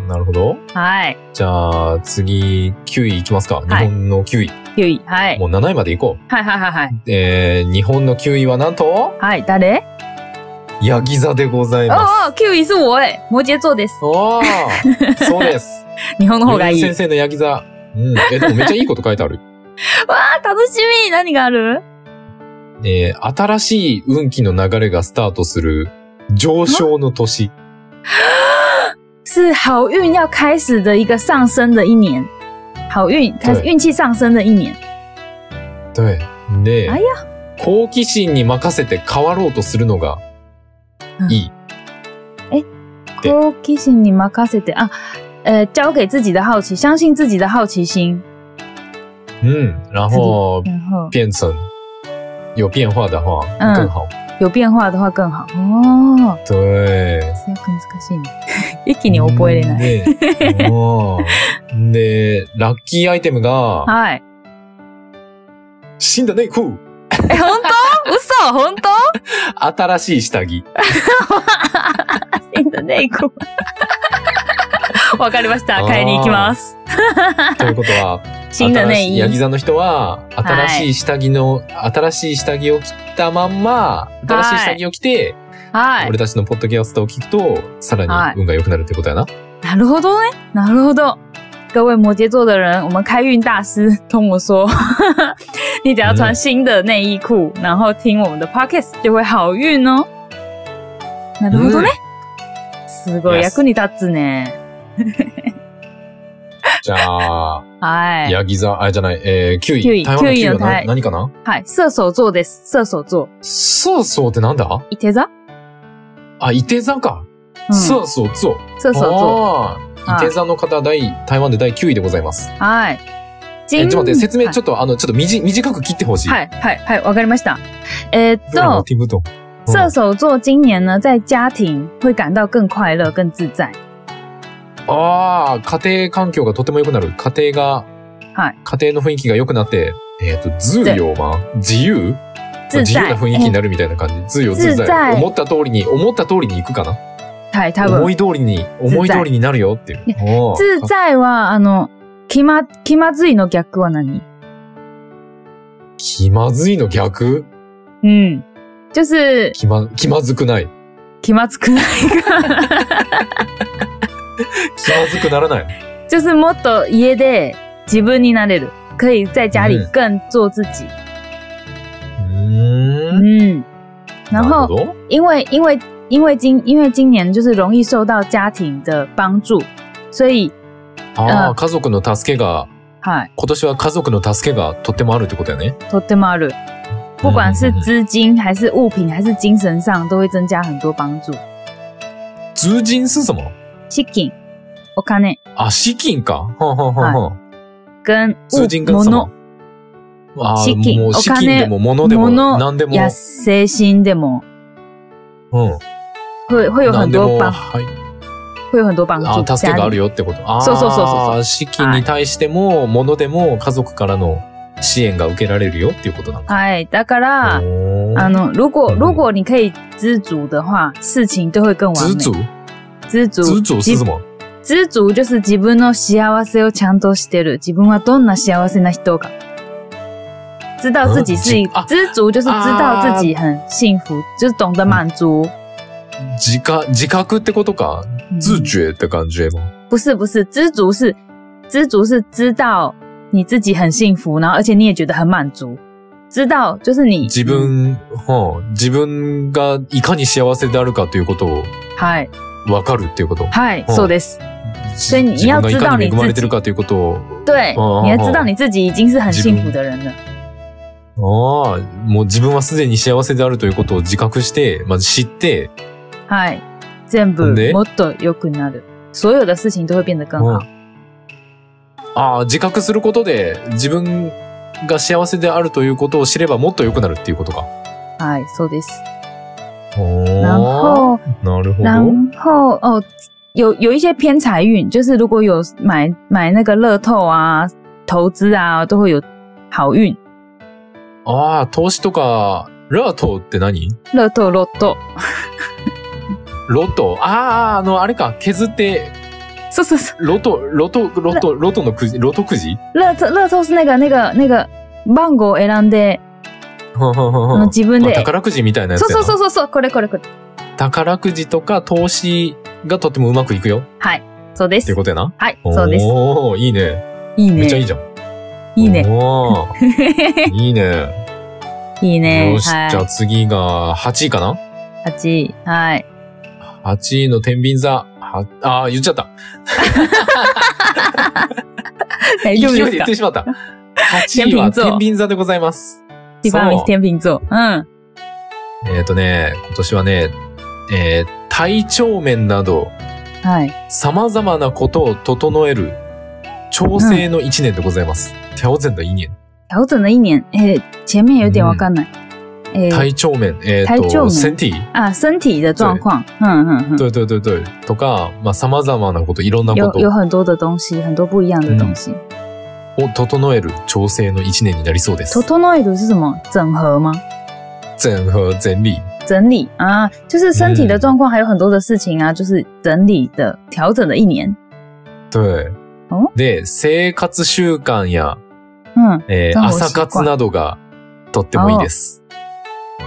Speaker 1: ます。なるほど。
Speaker 2: はい。
Speaker 1: じゃあ、次、9位いきますか。日
Speaker 2: はい
Speaker 1: 本の9位。
Speaker 2: 9位。はい。
Speaker 1: もう7位までいこ
Speaker 2: はいはいはいはい。
Speaker 1: う。えー、日本の9位はなんと、
Speaker 2: はい、誰
Speaker 1: ヤギ座でござい
Speaker 2: 哦
Speaker 1: ます。
Speaker 2: 哦，Q 一是我哎，摩羯座です。
Speaker 1: おー、そうです。
Speaker 2: 日本の方がいい。
Speaker 1: ゆうゆう
Speaker 2: わ
Speaker 1: 先生のヤギ座。うん。え、でもめっちゃいいこと書いてある。
Speaker 2: あ、楽しみ何がある
Speaker 1: えー新しい運気の流れがスタートする上昇の年。
Speaker 2: 是好运要开始的一个上升的一年，好运开始
Speaker 1: 对
Speaker 2: 运气上升的一年。
Speaker 1: 对。で
Speaker 2: あい、
Speaker 1: 好奇心に任せて変わろうとするのがいい。对
Speaker 2: 好奇心に任せて啊，呃，交给自己的好奇，相信自己的好奇心，
Speaker 1: うん。然后、
Speaker 2: 然后
Speaker 1: 变成、有变化的话、
Speaker 2: 嗯
Speaker 1: 更好。
Speaker 2: 有变化的话更好。哦，
Speaker 1: 对。
Speaker 2: 这要更難しいね。 一気に覚えれない。
Speaker 1: でうんで、ラッキーアイテムが、
Speaker 2: はい。
Speaker 1: 死んだ内裤
Speaker 2: え、本当？嘘？本 当？
Speaker 1: 新しい下着。
Speaker 2: 新的内裤。 わかりました。買いに行きます。
Speaker 1: ということは、
Speaker 2: 新的
Speaker 1: 新
Speaker 2: 内
Speaker 1: しいヤギ
Speaker 2: 衣。
Speaker 1: 座の人は、新しい下着の、新しい下着を着たまんま、新しい下着を着て、
Speaker 2: はい。
Speaker 1: 俺たちのポッドキャストを聞くと、さ
Speaker 2: は
Speaker 1: ら
Speaker 2: い
Speaker 1: に運が良くなるってこと やな。
Speaker 2: なるほどね，なるほど。各位摩羯座的人，我们开运大师跟我说， 你只要穿新的内衣裤，然后听我们的 podcast 就会好运哦。なるほどね。すごい
Speaker 1: Yes
Speaker 2: 役に立つね。
Speaker 1: じゃあ、
Speaker 2: はい。
Speaker 1: ヤギ座、あ、じゃない、えー、9
Speaker 2: キウ
Speaker 1: 位。
Speaker 2: イ
Speaker 1: 台湾の
Speaker 2: キウイ
Speaker 1: 9位
Speaker 2: の
Speaker 1: はな
Speaker 2: 台
Speaker 1: 何かな
Speaker 2: はい。射手座です。射手座。
Speaker 1: そうそうってなんだ
Speaker 2: いて座
Speaker 1: あ、いて座か。
Speaker 2: うん
Speaker 1: そうそうそう。
Speaker 2: 射手座。
Speaker 1: あー伊手座の方、第、台湾で第9位でございます。
Speaker 2: はい。
Speaker 1: えちょっと待って、説明
Speaker 2: はい
Speaker 1: ちょっと、あの、ちょっとみじ短く切ってほしい。
Speaker 2: はいはいはい，わかりました。えーっ
Speaker 1: 不然我
Speaker 2: と，
Speaker 1: 听不懂。嗯
Speaker 2: 射手座今年呢，在家庭会感到更快乐、更自
Speaker 1: 哦
Speaker 2: 在。
Speaker 1: ああ、家庭環境がとても良くなる。家庭が、
Speaker 2: はい
Speaker 1: 家庭の雰囲気が良くなって、えっ、と、自由吗自由
Speaker 2: 自
Speaker 1: 自
Speaker 2: 在
Speaker 1: 由
Speaker 2: 嗯
Speaker 1: な雰囲気になるみたいな感じ。自由
Speaker 2: 自在
Speaker 1: 自在。思った通りに、思った通りに行くかな
Speaker 2: はい、多
Speaker 1: 思
Speaker 2: 分。
Speaker 1: い通りに、思い通りになるよっていう。おー
Speaker 2: 自在はあの気ま気まずいの逆は何？
Speaker 1: 気まずいの逆
Speaker 2: 嗯，就是
Speaker 1: 気ま、気まずくない。
Speaker 2: 気まずくないか。
Speaker 1: 気 まずくならない。
Speaker 2: 就是もっと家で自分になれる。可以在家里更做自己。
Speaker 1: うーん。
Speaker 2: 嗯，然
Speaker 1: な
Speaker 2: 后
Speaker 1: るほど
Speaker 2: 因为因为因为今因为今年就是容易受到家庭的帮助，所以
Speaker 1: あ
Speaker 2: うん
Speaker 1: あ、家族の助けが、
Speaker 2: 嗨，
Speaker 1: 今年は家族の助けがとってもあるってことだよね。
Speaker 2: とてもある。不管是资金还是物品还是精神上，都会增加很多帮助。
Speaker 1: 通人是什么
Speaker 2: 資金、お金
Speaker 1: あ、資金か。はあはあはあはあ
Speaker 2: 跟
Speaker 1: 通
Speaker 2: 物
Speaker 1: 人跟什
Speaker 2: 物
Speaker 1: 么、ああ
Speaker 2: 資金
Speaker 1: もう
Speaker 2: お
Speaker 1: 資
Speaker 2: 金
Speaker 1: 金でも物でも
Speaker 2: 物
Speaker 1: 何でも。
Speaker 2: や精神でも
Speaker 1: うん。
Speaker 2: 会会有
Speaker 1: 何
Speaker 2: 很
Speaker 1: でも
Speaker 2: 多帮
Speaker 1: はい。
Speaker 2: 会有很多帮助。
Speaker 1: あ、助けがある
Speaker 2: 家里
Speaker 1: よってこと。ああ、
Speaker 2: そうそうそうそうそう
Speaker 1: 資金に対しても、物でも家族からの支援が受けられるよっていうことなのか。
Speaker 2: はい、だから、
Speaker 1: おー
Speaker 2: あの如果
Speaker 1: 嗯
Speaker 2: 如果你可以知足的话，事情都会更完
Speaker 1: ズ
Speaker 2: 美。
Speaker 1: ーズー
Speaker 2: 知足
Speaker 1: ズーズー
Speaker 2: 自
Speaker 1: すずも。
Speaker 2: 知足就是自分の幸せをちゃんとしてる。自分はどんな幸せな人か。知道自己是一
Speaker 1: 嗯啊
Speaker 2: 知足，就是知道自己很幸福，就是懂得满足。
Speaker 1: 自覚、自覚ってことか。
Speaker 2: 嗯
Speaker 1: 自觉って感じも。
Speaker 2: 不是不是，知足是知足是知道你自己很幸福，然后而且你也觉得很满足。知道就是你
Speaker 1: 自分、はあ自分がいかに幸せであるかということを
Speaker 2: 嗨
Speaker 1: 分かるっていうこと。
Speaker 2: 嗨
Speaker 1: 嗯
Speaker 2: そうです。所以你
Speaker 1: 自分がいかに恵
Speaker 2: 要知道你自己
Speaker 1: まれてるかということを
Speaker 2: 对
Speaker 1: 哦，
Speaker 2: 你要知道你自己已经是很幸福的人了。
Speaker 1: ああ、もう自分はすでに幸せであるということを自覚して、まず知って、
Speaker 2: 嗨，全部
Speaker 1: 嗯
Speaker 2: もっと良くなる，所有的事情都会变得更好。
Speaker 1: ああ、自覚することで自分が幸せであるということを知ればもっと良くなるっていうことか。
Speaker 2: 嗨，そうです。然
Speaker 1: おー
Speaker 2: 后，
Speaker 1: なるほど。
Speaker 2: 然后哦，有有一些偏财运，就是如果有买买那个乐透啊、投资啊，都会有好运。
Speaker 1: ああ、投資とか、ラートって何
Speaker 2: 乐透、乐透，
Speaker 1: ロト。ああ、あの、あれか、削って、
Speaker 2: 是是是，
Speaker 1: ロト、ロト、ロト、ロトのくじ、ロトくじ
Speaker 2: 乐透、乐透是那个那个那个番号選んで、
Speaker 1: はんはんはん
Speaker 2: あ
Speaker 1: は
Speaker 2: の
Speaker 1: ん
Speaker 2: 自分
Speaker 1: まあ
Speaker 2: で。
Speaker 1: 宝くじみたいなやつ
Speaker 2: そう
Speaker 1: や
Speaker 2: そう
Speaker 1: な
Speaker 2: そうそうそう、これこれこれ。
Speaker 1: 宝くじとか投資がとってもうまくいくよ
Speaker 2: そうで
Speaker 1: ってい
Speaker 2: す
Speaker 1: う。ことやな。
Speaker 2: はい、そうです。
Speaker 1: おおいいね。
Speaker 2: いい
Speaker 1: めっちゃいい
Speaker 2: ね。
Speaker 1: じゃん。
Speaker 2: いいね。
Speaker 1: おー いいね。
Speaker 2: いいね
Speaker 1: よ。し、じゃあ
Speaker 2: は。
Speaker 1: 次が8位かない
Speaker 2: 8位。はい。
Speaker 1: ?8 位の天秤座。はあー、言っちゃった。勢
Speaker 2: 大丈夫
Speaker 1: いです
Speaker 2: で
Speaker 1: 言っ
Speaker 2: か
Speaker 1: てし まった。8位は
Speaker 2: 天秤座
Speaker 1: 天秤座でございます。
Speaker 2: 一番
Speaker 1: そ
Speaker 2: は
Speaker 1: う
Speaker 2: 天秤座。うん。
Speaker 1: えっ、とね、今年はね、えー体調面など、
Speaker 2: はい。
Speaker 1: 様々なことを整える、調整の1年でございます。調整の1年。
Speaker 2: 调整了一年。えー、前面有点わかんない。えー、
Speaker 1: 体調面、えっ、
Speaker 2: 体調
Speaker 1: と、
Speaker 2: 面
Speaker 1: 身体。
Speaker 2: 啊，身体的状况，嗯嗯嗯，
Speaker 1: 对对对对。とか、まあ、様々なこと、いろんなこ
Speaker 2: 有
Speaker 1: と
Speaker 2: 有很多的东西，很多不一样的东西。
Speaker 1: を整える調整の1年になりそうです。
Speaker 2: 整える是什么？整合吗？
Speaker 1: 全和全理。
Speaker 2: 整理啊，就是身体的状况，还有很多的事情啊，就是整理的、调整的一年。
Speaker 1: 对
Speaker 2: お。
Speaker 1: で、生活習慣や、
Speaker 2: 嗯，
Speaker 1: えー
Speaker 2: 生活習慣
Speaker 1: 朝活などがとってもいいです。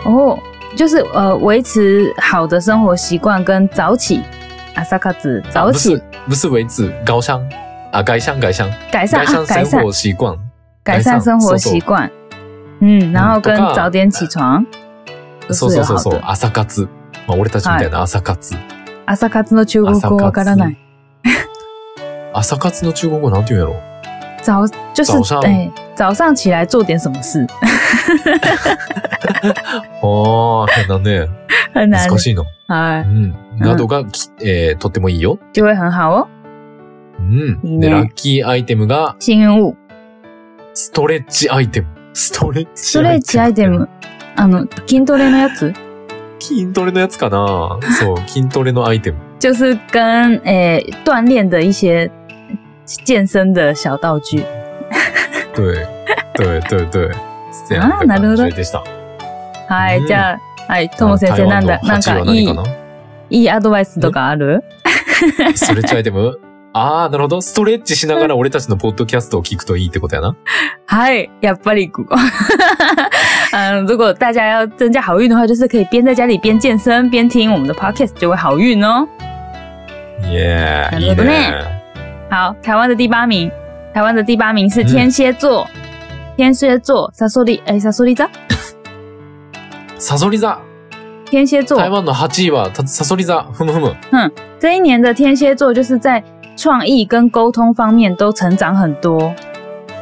Speaker 2: 哦，就是呃，维持好的生活习惯跟早起啊，萨卡子早
Speaker 1: 不
Speaker 2: 起
Speaker 1: 是不是为止高商啊，改善改善
Speaker 2: 改
Speaker 1: 改
Speaker 2: 善啊，
Speaker 1: 善
Speaker 2: 改
Speaker 1: 生
Speaker 2: 善
Speaker 1: 活习惯。
Speaker 2: 改善生活习惯。嗯，然后跟
Speaker 1: とか
Speaker 2: 早点起床，都
Speaker 1: そうそ
Speaker 2: 是有
Speaker 1: うそ
Speaker 2: 好
Speaker 1: うそう
Speaker 2: 的。
Speaker 1: 朝活。まあ、俺たちみたいな朝活。
Speaker 2: 阿萨卡子の中国
Speaker 1: 朝
Speaker 2: 語わからない。
Speaker 1: 朝活の中国語なんて言うんやろ
Speaker 2: 早就是
Speaker 1: 早上
Speaker 2: 哎、早上起来做点什么事
Speaker 1: ああ、変だね。
Speaker 2: 很难
Speaker 1: 難しいな。
Speaker 2: 哎
Speaker 1: う，ん。などがき、えーとってもいいよ。
Speaker 2: 就会很好哦。
Speaker 1: う
Speaker 2: いい
Speaker 1: ん。
Speaker 2: ね
Speaker 1: で、ラッキーアイテムが、
Speaker 2: 幸運物。
Speaker 1: ストレッチアイテム。ストレッチ
Speaker 2: ストレッチアイテム。あの、筋トレのやつ
Speaker 1: 筋トレのやつかな そう、筋トレのアイテム。
Speaker 2: 就是跟诶、锻炼的一些健身的小道具。
Speaker 1: 对、对、对、对。这样
Speaker 2: あー
Speaker 1: 的
Speaker 2: なるほど
Speaker 1: 感じでした。
Speaker 2: はい、
Speaker 1: うん
Speaker 2: じゃあ、はい、と哎も先生、なんだ、なん
Speaker 1: 8位
Speaker 2: か
Speaker 1: はい何
Speaker 2: い
Speaker 1: か、ない
Speaker 2: いアドバイスとかある
Speaker 1: ストレッチアイテムああ、なるほど。ストレッチしながら俺たちのポッドキャストを聞くといいってことやな。
Speaker 2: はい、やっぱりここ。 嗯，如果大家要增加好运的话，就是可以边在家里边健身边听我们的 podcast，就会好运哦。
Speaker 1: イエーイ。い
Speaker 2: ないるほど
Speaker 1: ね。
Speaker 2: 好，台湾的第八名，台湾的第八名是天蝎座，天蝎座，萨索利，哎，萨索利扎，
Speaker 1: サソリ座。
Speaker 2: 天蝎座，
Speaker 1: 台湾の8位は、たサソリ座。ふむふむ。
Speaker 2: 这一年的天蝎座就是在创意跟沟通方面都成长很多。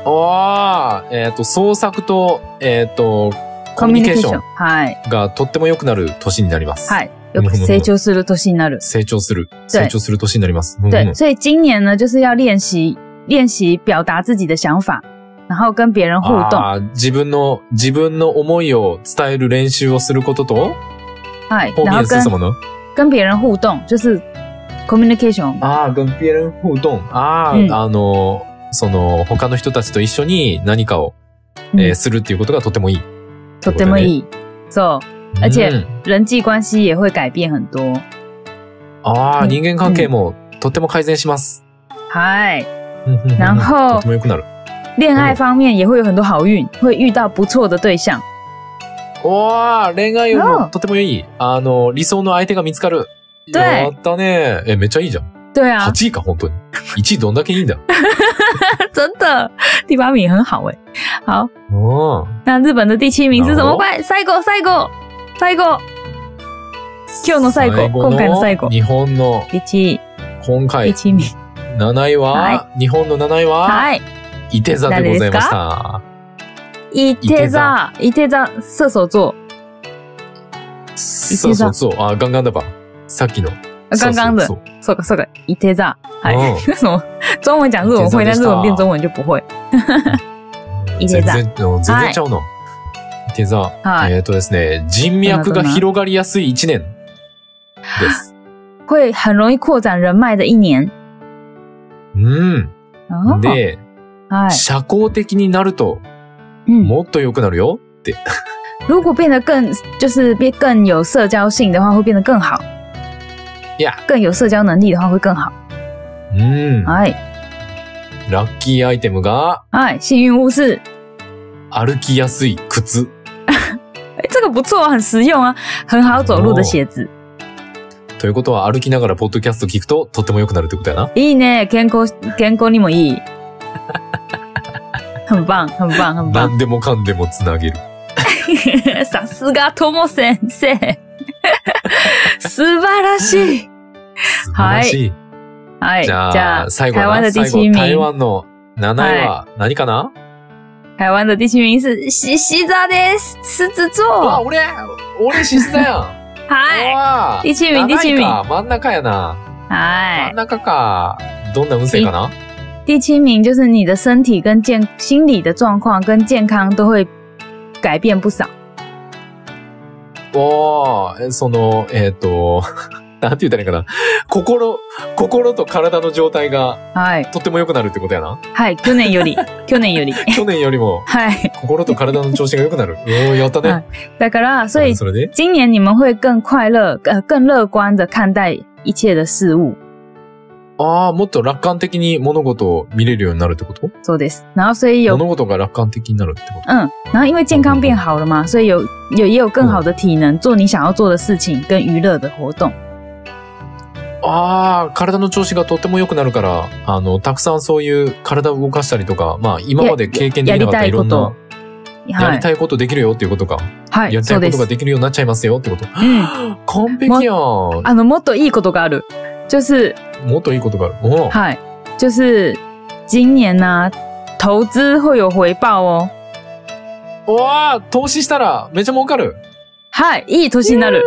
Speaker 1: ああ、えっ、と、創作と、えっ、と、コミュニケーション
Speaker 2: はい。
Speaker 1: がとっても良くなる年になります。
Speaker 2: はい。よ
Speaker 1: 嗯
Speaker 2: く成長する年になる。
Speaker 1: 成長する。成長する年になります。うんう
Speaker 2: 对，
Speaker 1: ん
Speaker 2: 所以今年呢，就是要练习练习表达自己的想法，然后跟别人互动。
Speaker 1: あー自分の、自分の思いを伝える練習をすることと、
Speaker 2: 嗨，
Speaker 1: 后
Speaker 2: 然后
Speaker 1: 面是
Speaker 2: 跟
Speaker 1: 什么呢
Speaker 2: 跟别人互动，就是 communication。
Speaker 1: ああ、跟别人互动。ああ、
Speaker 2: うん
Speaker 1: あの、その、他の人たちと一緒に何かを、えー
Speaker 2: 嗯
Speaker 1: するっていうことがとてもいい。
Speaker 2: とてもいい。そう、而且
Speaker 1: うん
Speaker 2: 人际关系也会改变很多。
Speaker 1: あ
Speaker 2: う
Speaker 1: あ、
Speaker 2: ん
Speaker 1: 人間関係もとても改善します。
Speaker 2: 嗨，
Speaker 1: うんうんうん
Speaker 2: 然后
Speaker 1: とても良くなる。
Speaker 2: 恋爱方面也会有很多好运，会遇到不错的对象。
Speaker 1: おー、恋愛
Speaker 2: うん
Speaker 1: もとてもいい。あの、理想の相手が見つかる。
Speaker 2: 对
Speaker 1: やったね。え、めっちゃいいじゃん。
Speaker 2: 对啊，
Speaker 1: 8位か、本当に。1位どんだけいいんだ。
Speaker 2: 真的，第八名很好哎。好，
Speaker 1: おー。
Speaker 2: 那日本的第七名是什
Speaker 1: 然
Speaker 2: 么
Speaker 1: 后
Speaker 2: 怪？赛狗，赛狗，哦赛狗。今日の最後、今回の最後。
Speaker 1: 日本の
Speaker 2: 第七
Speaker 1: 今
Speaker 2: 第
Speaker 1: 回
Speaker 2: 七名。
Speaker 1: 7位は、
Speaker 2: は
Speaker 1: 日本の7位は、
Speaker 2: はい。
Speaker 1: 伊手座でございました。
Speaker 2: 伊手座、伊手座、射手座。
Speaker 1: そうそうそう。あ、ガンガンだば。さっきの。
Speaker 2: あ刚啊刚的
Speaker 1: そう、
Speaker 2: そうかそうか，伊手座。はい。
Speaker 1: うん
Speaker 2: 为什么中文讲日文会，
Speaker 1: 伊
Speaker 2: 但
Speaker 1: 手座でした
Speaker 2: 日文变中文就不会？伊手
Speaker 1: 全
Speaker 2: 座
Speaker 1: 然、うん全然ちゃうの。伊手座。
Speaker 2: はい。
Speaker 1: えっとですね、人脈が広がりやすい1年です。
Speaker 2: 会很容易扩展人脉的一年。
Speaker 1: うん。
Speaker 2: 哦，
Speaker 1: で、
Speaker 2: 嗨，
Speaker 1: 社交的になると、
Speaker 2: 嗯，
Speaker 1: もっと良くなるよ。
Speaker 2: 如果变得更就是变更有社交性的话，会变得更好。
Speaker 1: Yeah
Speaker 2: 更有社交能力的话会更好。
Speaker 1: うん。ラ
Speaker 2: 哎
Speaker 1: ッキーアイテムが、
Speaker 2: 哎，幸运物是，
Speaker 1: 歩きやすい靴。
Speaker 2: 哎，这个不错啊，很实用啊，很好走路的鞋子。
Speaker 1: ということは、歩きながらポッドキャスト聞くと、とっても良くなるってことやな。
Speaker 2: いいね、健康健康にもいい。很棒，很棒，很棒。
Speaker 1: 何でもかんでもつなげる。
Speaker 2: さすがとも先生。素晴らしい。
Speaker 1: 素晴らしい。
Speaker 2: はい。
Speaker 1: じ
Speaker 2: じ
Speaker 1: ゃあ、
Speaker 2: ゃあ、
Speaker 1: 最後
Speaker 2: 台
Speaker 1: な
Speaker 2: 湾的第
Speaker 1: 最
Speaker 2: 七
Speaker 1: 後、台
Speaker 2: 名，
Speaker 1: 湾の7位は何かな、
Speaker 2: 台湾的第七名是西西座です。狮子
Speaker 1: うわ、
Speaker 2: 座。
Speaker 1: 俺俺獅子座やんう
Speaker 2: はい。
Speaker 1: わ
Speaker 2: 第七名，第七
Speaker 1: 7位
Speaker 2: 名，
Speaker 1: か真ん中やな。
Speaker 2: は
Speaker 1: 真ん
Speaker 2: い。
Speaker 1: 中か。どんな運勢かな
Speaker 2: 第七名就是你的身体跟健心理的状况跟健康都会改变不少。
Speaker 1: おー、えその、えっ、と、 なんて言ったらいいかな。心、心と体の状態が
Speaker 2: はい。
Speaker 1: とっても良くなるってことや な。
Speaker 2: はい。去年より、去年より。
Speaker 1: 去年よりも
Speaker 2: はい。
Speaker 1: 心と体の調子が良くなる。おー、やった
Speaker 2: はい
Speaker 1: ね。
Speaker 2: だから、所以
Speaker 1: それで
Speaker 2: 今年你们会更快乐、呃更乐观的看待一切的事物。
Speaker 1: ああ、もっと楽観的に物事を見れるようになるってこと
Speaker 2: そうです。然后所以有
Speaker 1: 物事が楽観的になるってこと
Speaker 2: 嗯，然后因为健康变好了嘛，所以有有也有更好的体能做你想要做的事情跟娱乐的活动。
Speaker 1: ああ、体の調子がとっても良くなるから、あの、たくさんそういう体を動かしたりとか、まあ、今まで経験できなかった
Speaker 2: や
Speaker 1: いろんな、や
Speaker 2: は
Speaker 1: り
Speaker 2: い
Speaker 1: たいことできるよっていうことか。
Speaker 2: は
Speaker 1: や
Speaker 2: い、
Speaker 1: りた
Speaker 2: そう
Speaker 1: いこ
Speaker 2: で
Speaker 1: とが
Speaker 2: す。
Speaker 1: できるようになっちゃいますよってこと。
Speaker 2: 嗯，啊
Speaker 1: 完璧やん。も
Speaker 2: あのもっといいことがある，就是
Speaker 1: っといいことがある。おう
Speaker 2: はい、就是今年呢、投资会有回报哦。
Speaker 1: おわ投資したらめちゃ儲かる。
Speaker 2: はい、いい年になる。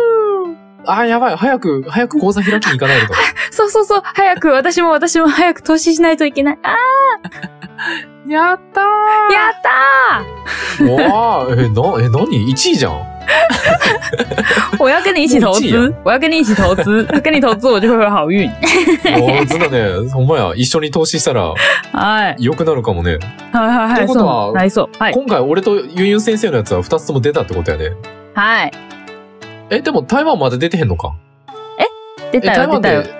Speaker 1: ああ、やばい。早く、早く口座開きに行かないと。
Speaker 2: そうそうそう、早く、私も私も早く投資しないといけない。あ
Speaker 1: やった
Speaker 2: ー、やった
Speaker 1: ーわー、え、な、え、何 ?1 位じゃん。
Speaker 2: ー！我要跟你一起投
Speaker 1: 默契
Speaker 2: 资，我要跟你一起投资，跟你投资我就会有好运。
Speaker 1: おー、そうだね。ほんまや。一緒に投資したら
Speaker 2: 哎，
Speaker 1: 良くなるかもね。
Speaker 2: はいはいは
Speaker 1: って
Speaker 2: い、
Speaker 1: ことは
Speaker 2: そう、来そう。はい
Speaker 1: 今回俺とユンユン先生のやつは2つとも出たってことやね。
Speaker 2: はい。
Speaker 1: え、でも台湾まで出てへんのか
Speaker 2: 出
Speaker 1: え、
Speaker 2: た
Speaker 1: 台
Speaker 2: よ
Speaker 1: 湾
Speaker 2: 出
Speaker 1: で
Speaker 2: たよ、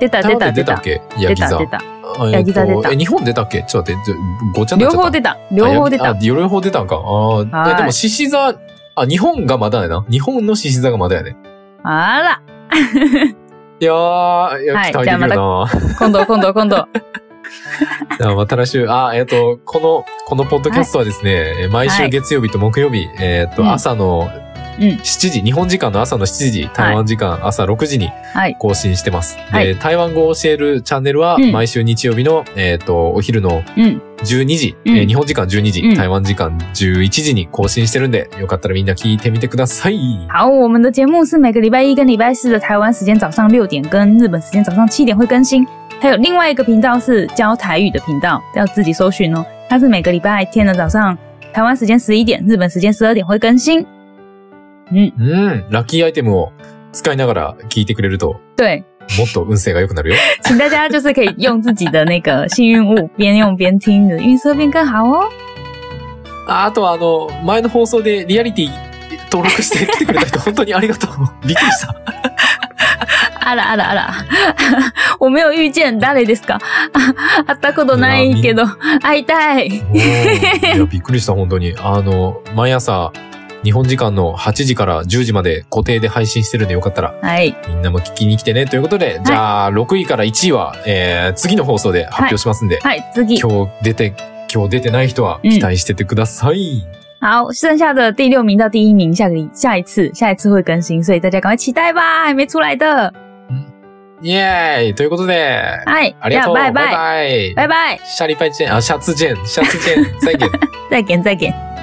Speaker 2: 出た
Speaker 1: 台
Speaker 2: 出
Speaker 1: 湾で
Speaker 2: た出
Speaker 1: 出たったけヤ
Speaker 2: 出
Speaker 1: ギ座
Speaker 2: た出。た。
Speaker 1: あ
Speaker 2: ヤギ座
Speaker 1: えっと
Speaker 2: 出た
Speaker 1: え、日本出たっけちょっと待って、ちょごちゃになっ
Speaker 2: 両
Speaker 1: ちゃった。
Speaker 2: 方出た、両方出
Speaker 1: あ。ヤ
Speaker 2: た。
Speaker 1: ギあ両方出たんか。あ
Speaker 2: は
Speaker 1: ー
Speaker 2: い
Speaker 1: え、でも獅子座、あ、日本がまだやな。日本の獅子座がまだやね。
Speaker 2: あら、
Speaker 1: いやー、いや
Speaker 2: はい
Speaker 1: 期待できるな。
Speaker 2: じゃ今度今度今度。
Speaker 1: じゃあまた来週、あ、えっ、と、この、このポッドキャストはですね、えー毎週月曜日と木曜日、えっ、と、
Speaker 2: うん
Speaker 1: 朝の
Speaker 2: うん
Speaker 1: 7時、日本時間の朝の7時、台湾時間朝6時に
Speaker 2: はい
Speaker 1: 更新してます。
Speaker 2: はい
Speaker 1: で、台湾語を教えるチャンネルは、
Speaker 2: うん
Speaker 1: 毎週日曜日の、えっ、と、お昼の
Speaker 2: うん
Speaker 1: 12時、
Speaker 2: うん
Speaker 1: えー日本時間12時、
Speaker 2: うん
Speaker 1: 台湾時間11時に更新してるんで、よかったらみんな聞いてみてください。
Speaker 2: 好，我们的节目是每个礼拜一跟礼拜四的台湾时间早上六点，跟日本时间早上七点会更新。还有另外一个频道是教台语的频道，要自己搜寻哦。它是每个礼拜天的早上台湾时间十一点，日本时间十二点会更新。
Speaker 1: うん、ラッキーアイテムを使いながら聞いてくれると、
Speaker 2: 对，
Speaker 1: もっと運勢が良くなるよ。
Speaker 2: 请大家就是可以用自己的那个幸运物，边用边听，你的运势会变更好哦。
Speaker 1: ああとはあの、前の放送でリアリティ登録して来てくれた 人、本当にありがとう。びっくりした。
Speaker 2: 啊啦啊啦啊啦， 我没有遇见誰ですか？あったことないけ ど会いたい。
Speaker 1: おーいや、びっくりした、本当に。あの、毎朝、日本時間の8時から10時まで固定で配信してるんでよかったら、
Speaker 2: はい。
Speaker 1: みんなも聞きに来てね。ということで、じゃあ、6位から1位は、えー、次の放送で発表しますんで、
Speaker 2: はい、次。
Speaker 1: 今日出て、今日出てない人は期待しててください。
Speaker 2: 好，剩下的第六名到第一名，下个礼下一次下一次会更新，所以大家赶快期待吧，还没出来的。
Speaker 1: イエーイということで、
Speaker 2: 哎，
Speaker 1: ありがとう。
Speaker 2: 拜
Speaker 1: バイ
Speaker 2: 拜
Speaker 1: バイ。
Speaker 2: 拜拜，
Speaker 1: 下礼拜见。あ、下次见。下次见。再见。
Speaker 2: 再见再见。